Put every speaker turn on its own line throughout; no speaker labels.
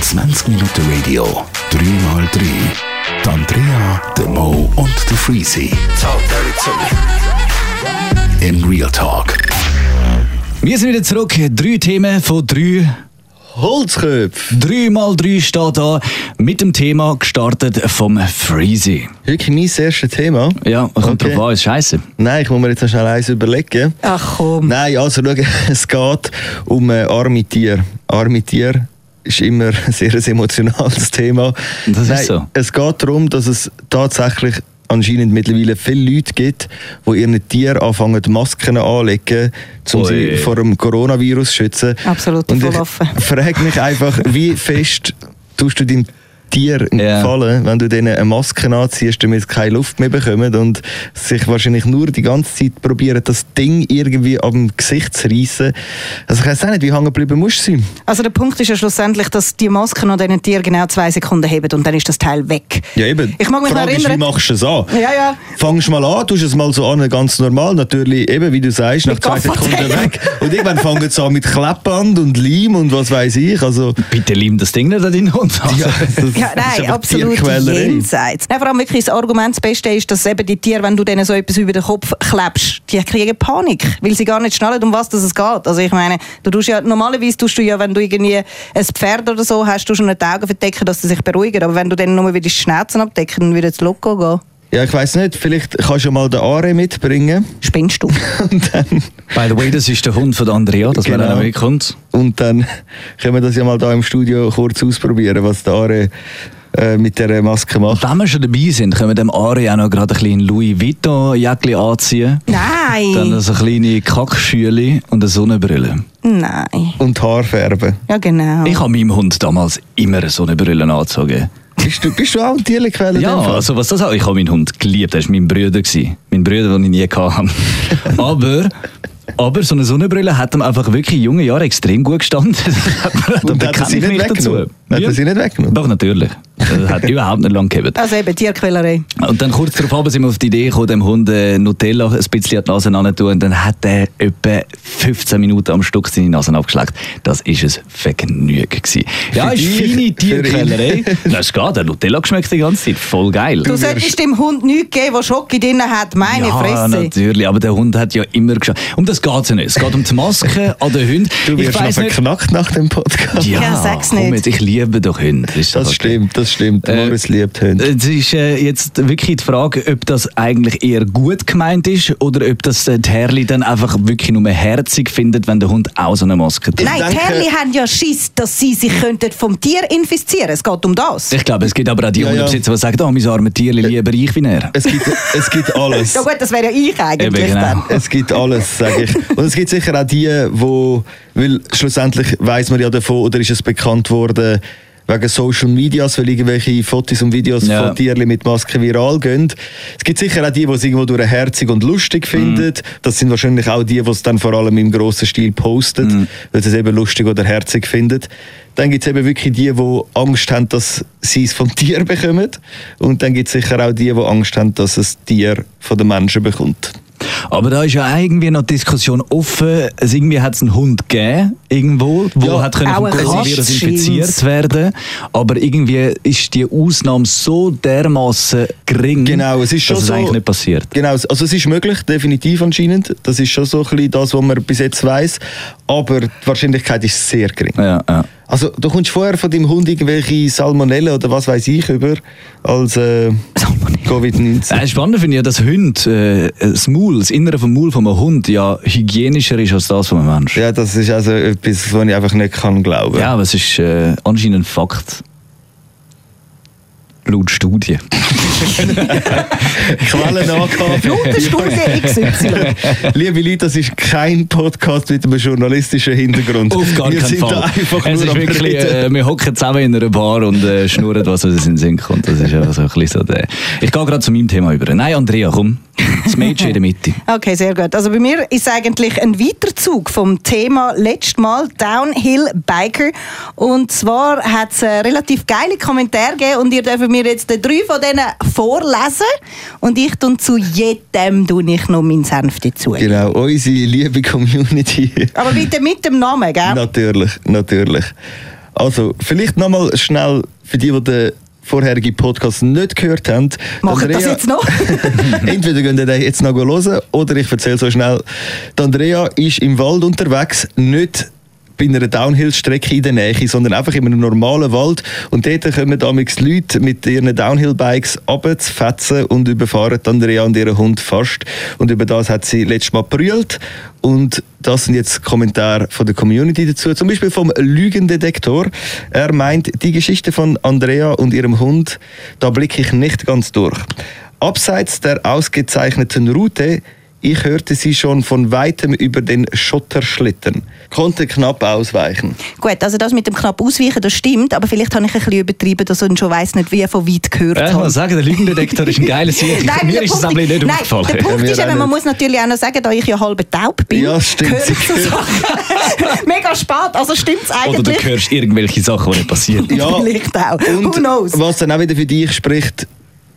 20 Minuten Radio, 3x3. Die Andrea, der Mo und der Freezy. Im Real Talk.
Wir sind wieder zurück. Drei Themen von drei.
Holzköpfe.
3x3 steht da mit dem Thema gestartet vom Freezy.
Wirklich mein erstes Thema.
Ja, kommt
Okay.
drauf an, ist scheiße.
Nein, ich muss mir jetzt noch schnell eins überlegen.
Hm.
Ach komm.
Nein, also schau, es geht um äh, arme Tiere. Arme Tiere ist immer ein sehr ein emotionales Thema.
Das ist
Nein,
so.
Es geht darum, dass es tatsächlich anscheinend mittlerweile viele Leute gibt, die ihren Tieren anfangen, Masken anlegen, um
Ui.
sie vor dem Coronavirus zu schützen.
Absolut
Und
volllaufen.
ich frage mich einfach, wie fest tust du deinem Tier
Ja.
gefallen, wenn du denen eine Maske anziehst, damit sie keine Luft mehr bekommen und sich wahrscheinlich nur die ganze Zeit probieren, das Ding irgendwie ab dem Gesicht zu reissen. Also ich weiss auch nicht, wie hängen geblieben musst du sein.
Also der Punkt ist ja schlussendlich, dass die Masken an diesen Tieren genau zwei Sekunden heben und dann ist das Teil weg. Ich mag mich noch
Frage ist, wie
erinnern.
machst du es an?
Ja, ja.
Fangst mal an, tust es mal so an, ganz normal. Natürlich, eben wie du sagst, nach
Mit
zwei Sekunden
Gaffer-Tape.
weg. Und irgendwann fangen sie an mit Kleppband und Leim und was weiß ich. Also,
Bitte lieben das Ding nicht an deinen Hund.
ja, das
Ja,
ist
nein,
einfach
absolut
Tierquälerei.
jenseits. Nein, vor allem wirklich das Argument, das Beste ist, dass eben die Tiere, wenn du denen so etwas über den Kopf klebst, die kriegen Panik, weil sie gar nicht schnallen, um was das es geht. Also ich meine, du tust ja, normalerweise tust du ja, wenn du irgendwie ein Pferd oder so hast, du schon die Augen verdecken, dass sie sich beruhigen. Aber wenn du denen nur wieder die Schnauzen abdecken, dann würde es locker gehen.
Ja, ich weiß nicht, vielleicht kannst du ja mal den Are mitbringen
Spinnst du?
und dann,
By the way, das ist der Hund von der Andrea, dass man
Genau.
auch mitkommt.
und dann können wir das ja mal da im Studio kurz ausprobieren, was der Are äh, mit der Maske
Und
macht.
wenn wir schon dabei sind, können wir dem Ari auch noch gerade ein kleines Louis Vuitton-Jäckli anziehen.
Nein!
Dann so kleine Kackschüle und eine Sonnenbrille.
Nein.
Und Haarfärben.
Ja, genau.
Ich habe meinem Hund damals immer eine Sonnenbrille angezogen.
Bist du, bist du auch ein Tierquelle?
Ja, also was das auch. Ich habe meinen Hund geliebt. Er war mein Bruder. gewesen. Mein Bruder, den ich nie hatte. aber, aber so eine Sonnenbrille hat ihm einfach wirklich in jungen Jahren extrem gut gestanden.
Und
da
hat er sie nicht weggenommen? Hat er sie nicht weggenommen?
Doch, natürlich. Das hat überhaupt nicht lang gegeben.
Also eben, Tierquälerei.
Und dann kurz darauf haben sind wir auf die Idee gekommen, dem Hund äh, Nutella ein bisschen an die Nase heranzutun. Und dann hat er etwa 15 Minuten am Stück seine Nase abgeschleckt. Das war ein Vergnügen. gewesen. Ja,
Für
ist
dich,
feine
für ihn.
Tierquälerei. Nein, es geht. Der Nutella schmeckt die ganze Zeit. Voll geil.
Du solltest dem Hund nichts geben, der Schocke drin hat. Meine
ja,
Fresse.
natürlich, aber der Hund hat ja immer geschaut. Um das geht es ja nicht. Es geht um die Maske an den Hunden.
Du wirst
ich
noch
weiss nicht-
verknackt nach dem Podcast.
Ja,
Ja, sag's
komm
nicht.
Jetzt, ich liebe doch Hunde. Ist doch
Das
okay.
stimmt, das stimmt.
Äh,
Morris liebt Hunde.
Es ist äh, jetzt wirklich die Frage, ob das eigentlich eher gut gemeint ist oder ob das äh, die Herrli dann einfach wirklich nur herzig findet, wenn der Hund auch so eine Maske trägt.
Nein, die
denke-
Herrli haben ja Schiss, dass sie sich könnten vom Tier infizieren Es geht um das.
Ich glaube, es gibt aber auch die
Ja, ja.
Hundebesitzer, die sagen, oh, mein armes Tierli, lieber ich wie er.
Es gibt, es gibt alles.
Ja gut, das wäre ja ich eigentlich
Eben, genau.
dann.
Es gibt alles, sage ich. Und es gibt sicher auch die, wo, weil schlussendlich weiß man ja davon oder ist es bekannt worden wegen Social Medias, weil irgendwelche Fotos und Videos
Ja.
von Tierchen mit Maske viral gehen. Es gibt sicher auch die, die es irgendwo durch herzig und lustig finden. Das sind wahrscheinlich auch die, die es dann vor allem im grossen Stil posten, weil sie es eben lustig oder herzig finden. Dann gibt es eben wirklich die, die Angst haben, dass sie es vom Tier bekommen. Und dann gibt es sicher auch die, die Angst haben, dass es Tier von den Menschen bekommt.
Aber da ist ja irgendwie noch die Diskussion offen. Es irgendwie hat es einen Hund gegeben, irgendwo, wo
Ja,
hat können
auch
vom
ein
Coronavirus
Katz
infiziert
scheint's.
werden. Aber irgendwie ist die Ausnahme so dermaßen gering,
Genau, es ist schon
dass es
so,
eigentlich nicht passiert.
Genau, also es ist möglich, definitiv anscheinend. Das ist schon so ein bisschen das, was man bis jetzt weiß. Aber die Wahrscheinlichkeit ist sehr gering.
Ja, ja.
Also du kommst vorher von deinem Hund irgendwelche Salmonellen oder was weiß ich über als äh, Covid-19.
Äh, spannend finde ich ja, dass Hund, äh, das Maul, das Innere vom Maul von einem Hund ja hygienischer ist als das von einem Menschen.
Ja, das ist also etwas, was ich einfach nicht kann glauben.
Äh. Ja, aber es ist äh, anscheinend ein Fakt. Laut Studie. genau.
Quellenangabe.
Notenstudie XY.
Liebe Leute, das ist kein Podcast mit einem journalistischen Hintergrund.
Auf gar
Wir
keinen
sind Da
Fall.
einfach
Es
nur
ist
am
wirklich, äh,
Reden.
wir hocken zusammen in einer Bar und äh, schnurren, was uns in den Sinn kommt. Das ist einfach so ein bisschen so der. Ich gehe gerade zu meinem Thema über. Nein, Andrea, komm. Das Mädchen in der Mitte.
Okay, sehr gut. Also bei mir ist eigentlich ein Weiterzug vom Thema letztes Mal Downhill Biker. Und zwar hat es relativ geile Kommentare gegeben und ihr dürft mir jetzt drei von denen vorlesen. Und ich tun zu jedem tue ich noch meinen Senf dazu.
Genau, unsere liebe Community.
Aber bitte mit dem Namen, gell?
Natürlich, natürlich. Also, vielleicht nochmal schnell für die, die den vorherigen Podcast nicht gehört haben.
Machen das
Andrea-
jetzt noch?
Entweder gehen ihr den jetzt noch hören oder ich erzähle so schnell. Die Andrea ist im Wald unterwegs, nicht bei einer Downhill-Strecke in der Nähe, sondern einfach in einem normalen Wald. Und dort kommen damals Leute mit ihren Downhill-Bikes runterzufetzen und überfahren die Andrea und ihren Hund fast. Und über das hat sie letztes Mal brüllt. Und das sind jetzt Kommentare von der Community dazu. Zum Beispiel vom Lügendetektor. Er meint, die Geschichte von Andrea und ihrem Hund, da blicke ich nicht ganz durch. Abseits der ausgezeichneten Route, ich hörte sie schon von weitem über den Schotter schlittern. Konnte knapp ausweichen.
Gut, also das mit dem knapp ausweichen, das stimmt, aber vielleicht habe ich ein bisschen übertrieben, dass ich schon weiss nicht, wie von weit gehört
Ja, Äh, ich
habe.
muss sagen, der Lügendetektor ist ein geiles Sieg.
Nein,
Mir
der
ist es
Punkt
nämlich nicht
Nein, Der
aufgefallen.
Punkt
Ja, mir
ist
auch
eben, man
nicht.
muss natürlich auch noch sagen, da ich ja halb taub bin,
Ja, stimmt.
gehöre ich zu Sachen mega spät. Also stimmt es
Oder du
eigentlich.
hörst irgendwelche Sachen, die nicht passieren.
Ja.
Vielleicht auch. Who knows?
was dann auch wieder für dich spricht,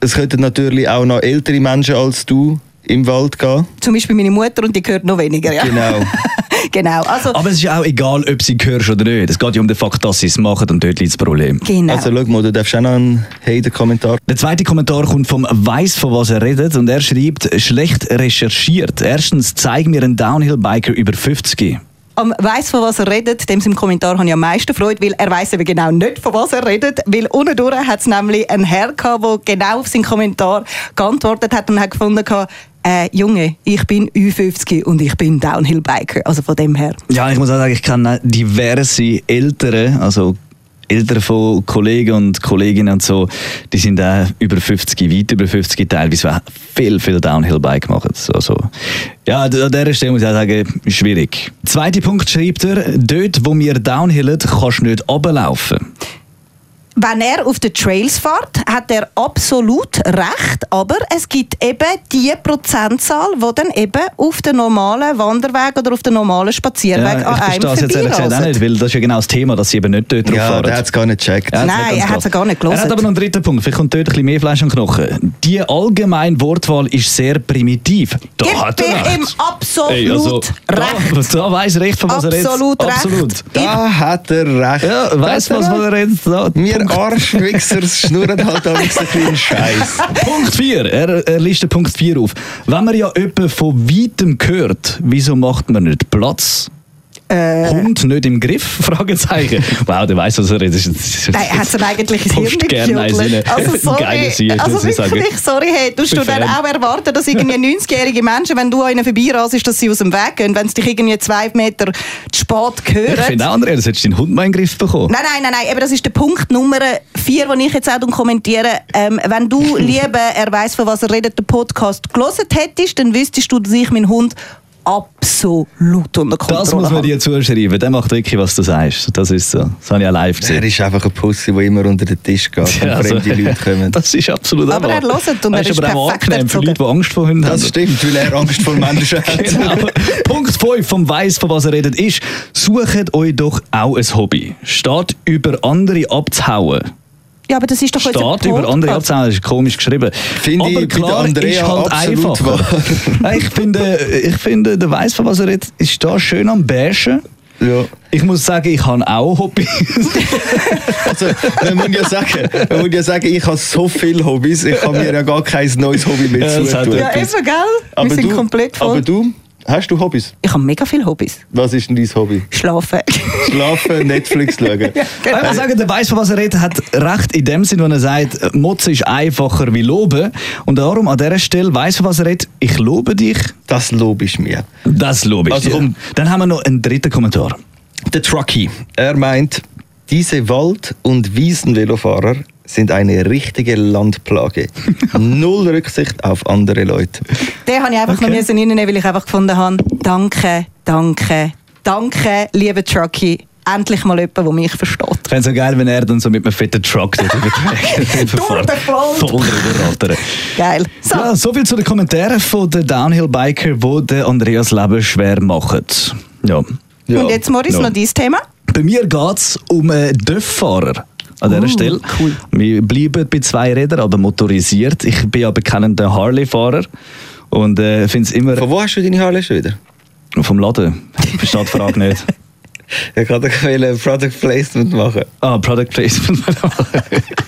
es könnten natürlich auch noch ältere Menschen als du im Wald gehen.
Zum Beispiel meine Mutter und die gehört noch weniger. Ja.
Genau.
genau. Also,
Aber es ist ja auch egal, ob sie hörst oder nicht. Es geht ja um den Fakt, dass sie es machen und dort liegt das Problem.
genau.
Also schau mal, du darfst auch noch einen Hater-Kommentar.
Der zweite Kommentar kommt vom Weiß, von was er redet, und er schreibt, schlecht recherchiert. Erstens, zeig mir einen Downhill-Biker über 50.
am weiss, von was er redet, dem im Kommentar habe ich am meisten Freude, weil er weiss eben genau nicht, von was er redet, weil unten hat es nämlich einen Herr gehabt, der genau auf seinen Kommentar geantwortet hat und hat gefunden gehabt, äh, Junge, ich bin Ü50 und ich bin Downhill-Biker, also von dem her.
Ja, ich muss auch sagen, ich kenne diverse Eltern, also Eltern von Kollegen und Kolleginnen und so, die sind auch über 50, weit über 50 teilweise, die viel, viel Downhill-Bike machen. Also, ja, an dieser Stelle muss ich auch sagen, schwierig. Zweiter Punkt schreibt er, dort wo wir downhillen, kannst du nicht runterlaufen.
Wenn er auf den Trails fährt, hat er absolut recht, aber es gibt eben die Prozentzahl, die dann eben auf den normalen Wanderweg oder auf den normalen Spazierweg
Ja,
an
ich
einem
verstehe es jetzt ehrlich gesagt auch
vorbeirasen.
nicht, weil das ist ja genau das Thema, dass sie eben nicht dort drauf
Ja,
fahren.
der hat es gar nicht gecheckt.
Ja, das
Nein,
hat ganz
er hat's
klar.
ja gar nicht gehört.
Er hat aber noch einen dritten Punkt. Vielleicht kommt dort ein bisschen mehr Fleisch und Knochen. Die allgemeine Wortwahl ist sehr primitiv. Da
Gib
hat er
mir
recht.
ihm absolut
Ey, also,
recht.
Da, was- da weiss recht, von was
Absolut
er
recht.
redet. Absolut.
Da hat er recht.
Ja, weiss,
Da hat
was, was er redet. Da.
Wir Arschwichser schnurren halt auch ein bisschen Scheiß.
Punkt 4. Er, er listet Punkt 4 auf. Wenn man ja jemanden von Weitem hört, wieso macht man nicht Platz?
äh,
Hund nicht im Griff? Fragezeichen. Wow, der weiss, was er redet. Das ist-
Nein, hat es eigentlich ins Hirn
Pumst gerne eins
geschüttelt.
rein.
Also sorry,
Geiler Sieg, muss
also
ich sagen.
wirklich, sorry, hey, tust du
Bin
dann
Fan.
auch erwarten, dass irgendwie 90-jährige Menschen, wenn du an ihnen vorbeirasest, dass sie aus dem Weg gehen, wenn sie dich irgendwie zwei Meter zu spät hören?
Ich finde auch, Andrea, das hättest du deinen Hund mal in den Griff bekommen.
Nein, nein, nein, nein. Eben, das ist der Punkt Nummer vier, den ich jetzt auch kommentiere. Ähm, wenn du, lieber, er weiß von was er redet, den Podcast gelesen hättest, dann wüsstest du, dass ich meinen Hund absolut unter Kontrolle
Das muss man
habe.
dir zuschreiben. Der macht wirklich, was du sagst. Das ist so. Das habe ich auch live
Er
gesehen.
ist einfach ein Pussy, der immer unter den Tisch geht, wenn
Ja, also,
fremde Leute kommen.
Das ist absolut
Aber
wahr.
er hört und
Das
er ist
aber auch
perfekt
angenehm für Leute, die Angst vor Hunden
Das
haben.
stimmt, weil er Angst vor Menschen hat.
Also, Genau. Punkt 5 vom Weiss, von was er redet, ist, sucht euch doch auch ein Hobby. Statt über andere abzuhauen.
Ja, aber das ist doch unser
Statt über andere
Podcast.
abzuhauen, das ist komisch geschrieben.
Finde ich
Aber
bei
klar,
der Andrea
ist halt
absolut
einfacher. Nein, Ich finde, ich finde, der Weiss, von was er redet, ist da schön am Bashen.
Ja.
Ich muss sagen, ich habe auch Hobbys.
Also, man muss ja sagen, man muss ja sagen ich habe so viele Hobbys, ich kann mir ja gar kein neues Hobby mehr
Ja, das hat
zutun.
er.
Ja, eben, gell? Wir sind
du,
komplett voll.
aber du, hast du Hobbys?
Ich habe mega viele Hobbys.
Was ist denn dein Hobby?
Schlafen.
Schlafen, Netflix schauen.
Ich muss sagen, der weiß, von was er redet, hat recht in dem Sinn, wenn er sagt, Motzen ist einfacher wie Loben. Und darum an dieser Stelle weiß, von was er redet, ich lobe dich,
Das lobe ich mir.
das lobe ich
Also,
dir.
um-
Dann haben wir noch einen dritten Kommentar.
Der Truckee, er meint, diese Wald- und Wiesenvelofahrer sind eine richtige Landplage. Null Rücksicht auf andere Leute.
Den habe ich einfach noch
Okay.
müssen reinnehmen, weil ich einfach gefunden habe, danke, danke, danke, lieber Trucky. endlich mal jemand, der mich versteht.
Ich fände es so geil, wenn er dann so mit einem fetten Truck dort über die Wege
Durch den Wald.
Voll überrattern.
Geil. So,
Ja, soviel zu den Kommentaren von den Downhill-Biker, die den Andreas Leben schwer machen. Ja.
Ja.
und jetzt Morris,
Ja.
noch dein Thema.
Bei mir geht es um einen Dörffahrer an dieser
Oh,
Stelle.
cool.
Wir bleiben bei zwei Rädern, aber motorisiert. Ich bin ja bekennender Harley-Fahrer und äh, finde es immer...
Von wo hast du deine Haarlösche wieder?
Vom Laden. Ich verstehe die Frage nicht.
Ich gerade wollte Product Placement machen.
Ah, Product Placement.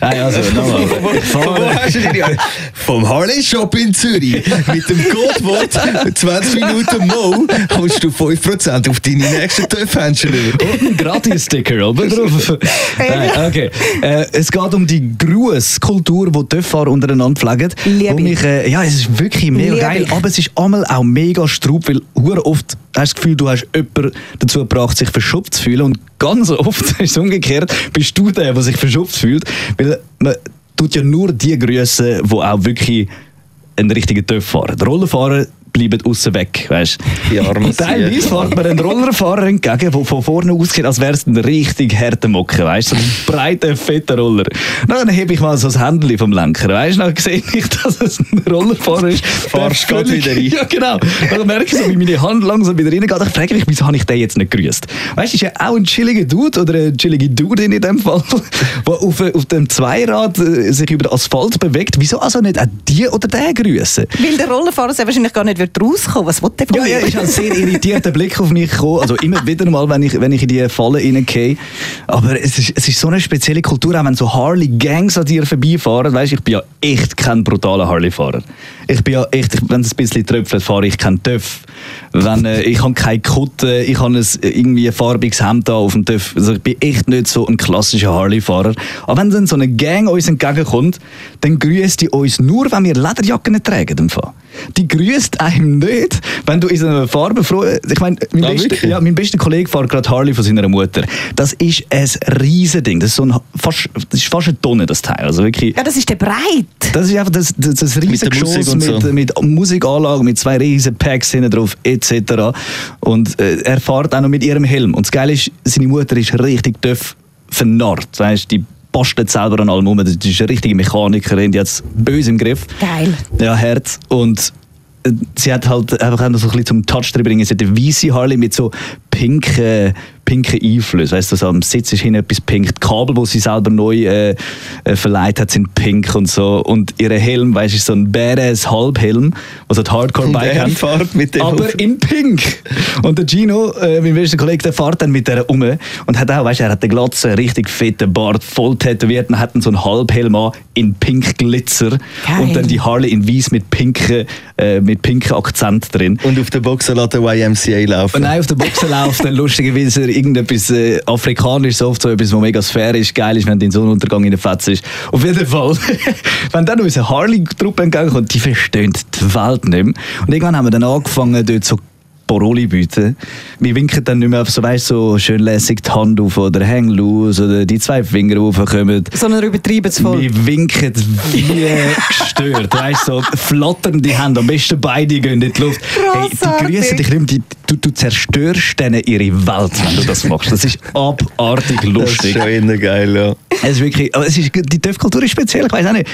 Nein, also, nochmal.
Von wo- von wo
Fahrer.
hast du deine Haarlösche? Vom Harley Shop in Zürich. Mit dem Codewort 20 Minuten Mo kommst du 5% auf deine nächsten Töpfhändchen über.
Und ein Gratis-Sticker, oder? Drauf. Nein, okay. Äh, es geht um die Grußkultur, die die Töpffahrer untereinander pflegen.
Liebe
Wo mich, äh, ja, es ist wirklich mega
Liebe
geil,
ich.
aber es ist einmal auch mega straub, weil hure oft hast du das Gefühl, du hast jemanden dazu gebracht, sich verschupft zu fühlen und ganz oft ist es umgekehrt, bist du der, der sich verschupft fühlt, weil man tut ja nur die Grüße, die auch wirklich ein richtiger Töpffahrer. Die Rollenfahrer bleiben außen weg, weißt
Die armen
Teilweise
Siege.
fährt man einen Rollerfahrer entgegen, der von vorne ausgeht, als wäre es ein richtig harter Mocken, weißt du? So ein breiter, fetter Roller. Na, Dann hebe ich mal so das Händchen vom Lenker, weißt du? Dann sehe ich, dass es ein Rollerfahrer ist.
Fahrst
Der
grad
völlig-
wieder rein.
Ja, genau. Dann merke ich so, wie meine Hand langsam wieder reingeht. Ich frage mich, wieso habe ich den jetzt nicht grüßt? Weißt du, ist ja auch ein chilliger Dude oder eine chillige Dude in dem Fall, der auf, auf dem Zweirad äh, sich über den Asphalt bewegt. Wieso also nicht auch die oder den grüßen?
Weil der Rollenfahrer sehr wahrscheinlich gar nicht wird rauskommen Was will der von
Ja, ja,
mir?
ich habe einen sehr irritierten Blick auf mich gekommen. Also immer wieder mal, wenn ich, wenn ich in diese Falle reingehe. Aber es ist, es ist so eine spezielle Kultur, auch wenn so Harley-Gangs an dir vorbeifahren. Weißt, ich bin ja echt kein brutaler Harley-Fahrer. Ich bin ja echt, wenn es ein bisschen tröpfelt, fahre ich keinen Töff. Wenn, äh, ich habe keine Kutte, ich habe ein, irgendwie ein farbiges Hemd an auf dem Töff. Also ich bin echt nicht so ein klassischer Harley-Fahrer. Aber wenn dann so eine Gang uns entgegenkommt, dann grüßt die uns nur, wenn wir Lederjacken tragen. Im Fall. Die grüßt einem nicht, wenn du in so einer Farbe froh. Ich meine, mein,
Ah,
bester,
wirklich?
ja, mein bester Kollege fährt gerade Harley von seiner Mutter. Das ist ein Riesending. Das ist, so ein, fast, das ist fast eine Tonne, das Teil. Also wirklich.
Ja, das ist der Breit.
Das ist einfach das, das, das riesige
der Musik
Geschoss
und
mit,
so.
mit Musikanlage, mit zwei riesen Packs hinten drauf, etc. Und äh, er fährt auch noch mit ihrem Helm. Und das Geile ist, seine Mutter ist richtig döf vernarrt. Weißt, die bastelt selber an allem um. Das ist eine richtige Mechanikerin, die hat es böse im Griff.
Geil.
Ja, Herz. Und äh, sie hat halt einfach auch noch so ein bisschen zum Touch drüber bringen. Sie hat eine weiße Harley mit so pinken, pinken Einflüssen. Weißt du, so am Sitz ist hinten etwas pink. Die Kabel, die sie selber neu äh, äh, verleiht hat, sind pink und so. Und ihr Helm, weißt du, ist so ein badass Halbhelm, was hat Hardcore
Und er
Bike
fährt mit dem auf-
Aber in pink. Und der Gino, äh, mein bester Kollege, der fährt dann mit der um und hat auch, weißt du, er hat den glatzen, richtig fetten Bart, voll tätowiert und hat dann so einen Halbhelm an in pink Glitzer und dann die Harley in weiß mit pinken, äh, mit pinken Akzent drin.
Und auf der Boxer lässt der YMCA
Und
laufen.
nein, auf der Boxen läuft dann lustigerweise irgendetwas äh, afrikanisch, oft so etwas, was mega sphärisch geil ist, wenn dein Sonnenuntergang in der Fetze ist. Auf jeden Fall, wenn dann unsere Harley-Truppe entgegenkommt, die verstehen die Welt nicht mehr. Und irgendwann haben wir dann angefangen, dort so Paroli bieten. Wir winken dann nicht mehr auf so, weißt, so schön lässig die Hand auf oder hang los oder die zwei Finger raufkommen.
Sondern übertreiben es voll.
Wir winken wie gestört. Weißt du, so flattern die Hände. Am besten beide gehen in die Luft.
Grossartig.
Hey, die grüßen dich nicht mehr. Die- Du, du zerstörst denen ihre Welt, wenn du das machst. Das ist abartig
Das ist
lustig.
schon immer geil, ja.
Es ist wirklich, aber es ist, die Dörfkultur ist speziell, ich weiß auch nicht.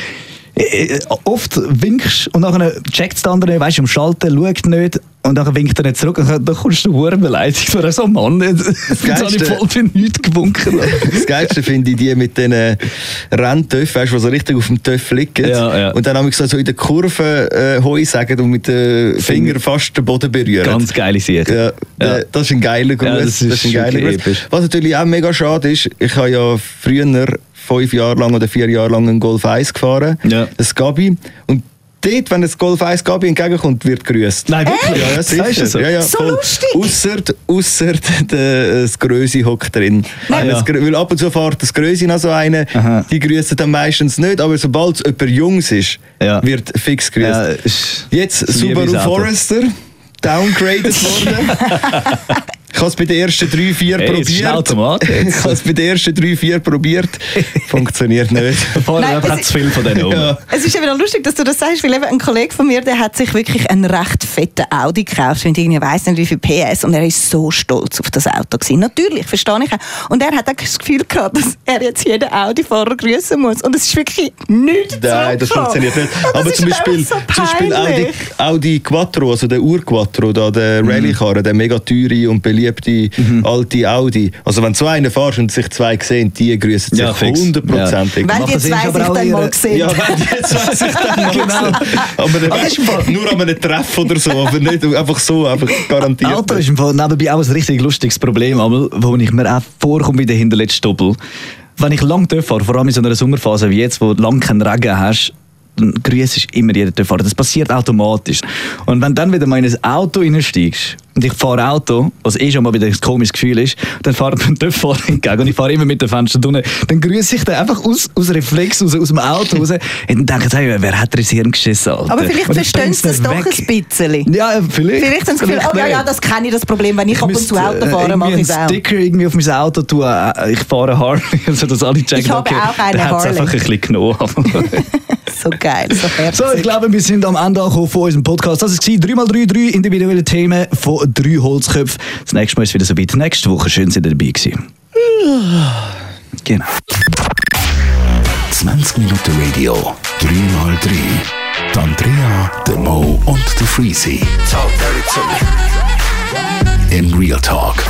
Äh, äh, Oft winkst und nachher checkt der andere, weißt du, am Schalten, schaut nicht und dann winkt er nicht zurück und dann kommst du hure beleidigt. Weil er so, Mann, jetzt, jetzt habe ich
Geilste-
voll für nichts gewunken.
Das Geilste finde ich die mit den äh, Renntöpfen, weißt du, die so richtig auf dem Töff liegen.
Ja, ja.
Und dann haben wir so in der Kurve äh, Heu sagen und mit den
Finger.
Fingern fast den Boden berühren.
Ganz geile Sache.
ja,
Ja.
äh, Das ist ein geiler Gruß.
Ja, das ist
ein geiler
wirklich
Gruß.
episch.
Was natürlich auch mega schade ist, ich habe ja früher fünf Jahre lang oder vier Jahre lang einen Golf 1 gefahren,
Ja.
das Gabi. Und dort, wenn das Golf 1 Gabi entgegenkommt, wird grüßt.
Nein, wirklich?
Ja, ja, sicher.
Sagst du so?
Ja, ja,
So lustig.
Ausser, ausser der, das Gröse hockt drin.
Nein.
Das
Ah, ja.
Grö- Weil ab und zu fährt das Gröse noch so einen,
Aha.
die grüßen dann meistens nicht, aber sobald es jemand Jungs ist,
Ja.
wird fix grüßt.
Ja, ist-
Jetzt
ist ein
Subaru
Lieblingsauto.
Forester, downgraded worden. habe es bei den ersten drei, vier
Hey,
probiert.
es ist ein Automat jetzt.
Ich habe es bei den ersten drei, vier probiert. Funktioniert nicht.
Vorher
Nein,
einfach
es
hat zu viel von denen oben.
Ja.
Es ist eben auch lustig, dass du das sagst, weil eben ein Kollege von mir, der hat sich wirklich einen recht fetten Audi gekauft, wenn ich irgendwie weiss nicht wie viel PS, und er ist so stolz auf das Auto gewesen. Natürlich, verstehe ich auch. Und er hat auch das Gefühl gehabt, dass er jetzt jeden Audi-Fahrer grüßen muss. und es ist wirklich nichts
Nein, das
zurückgekommen.
funktioniert nicht.
Und das
Aber
ist
zum Beispiel,
einfach so
zum Beispiel Audi,
peinlich.
Audi Quattro, also der Ur-Quattro, da,
Mhm.
der Rallye-Karren, der mega teure und beliebte alte Audi. Also wenn du so einen fährst und sich zwei sehen, die grüßen
Ja,
sich
fix.
hundertprozentig.
Ja.
Wenn die
Machen sie
zwei sich
aber auch
dann
ihre-
mal sehen.
Ja, wenn die jetzt was ich dann mal genau. Aber dann
Aber ist im Fall-
nur an einem Treffen oder so, aber nicht einfach so, einfach garantiert.
Alter ist im Fall nebenbei auch ein richtig lustiges Problem, einmal, wo ich mir auch vorkomme bei der hinterletzten Doppel. Wenn ich lang fahre, vor allem in so einer Sommerphase wie jetzt, wo du lang keinen Regen hast, dann grüßt ist immer jeder Töpfer. Das passiert automatisch. Und wenn du dann wieder mal in ein Auto reinsteigst und ich fahre Auto, was eh schon mal wieder ein komisches Gefühl ist, dann fährt ein Töpfer entgegen und ich fahre immer mit den Fenstern unten, dann grüße ich den einfach aus, aus Reflex, aus, aus dem Auto raus. Und dann denke ich, hey, wer hat dir ins Hirn geschissen, Alter?
Aber vielleicht
Und ich
verstehen
bring's
sie das
nicht
doch
weg.
ein bisschen.
Ja, vielleicht.
Vielleicht haben sie das Gefühl, oh ja, ja,
nicht.
das kenne ich, das Problem. Wenn ich, ab und zu
äh,
Auto fahre, mache ich es
einen
auch.
äh, Sticker irgendwie auf mein Auto tun. äh, Ich fahre Harley, also dass alle checken,
Ich habe
okay,
auch eine
der hat's
Harley.
einfach ein bisschen genommen.
So geil, so
so, ich
herzig.
glaube, wir sind am Ende angekommen von unserem Podcast. Das war 3x3, individuelle Themen von drei Holzköpfen. Das nächste Mal ist es wieder soweit. Nächste Woche schön, sind ihr dabei gewesen. Genau.
20 Minuten Radio, 3x3. Andrea, der Mo und der Freezy. Im Real Talk.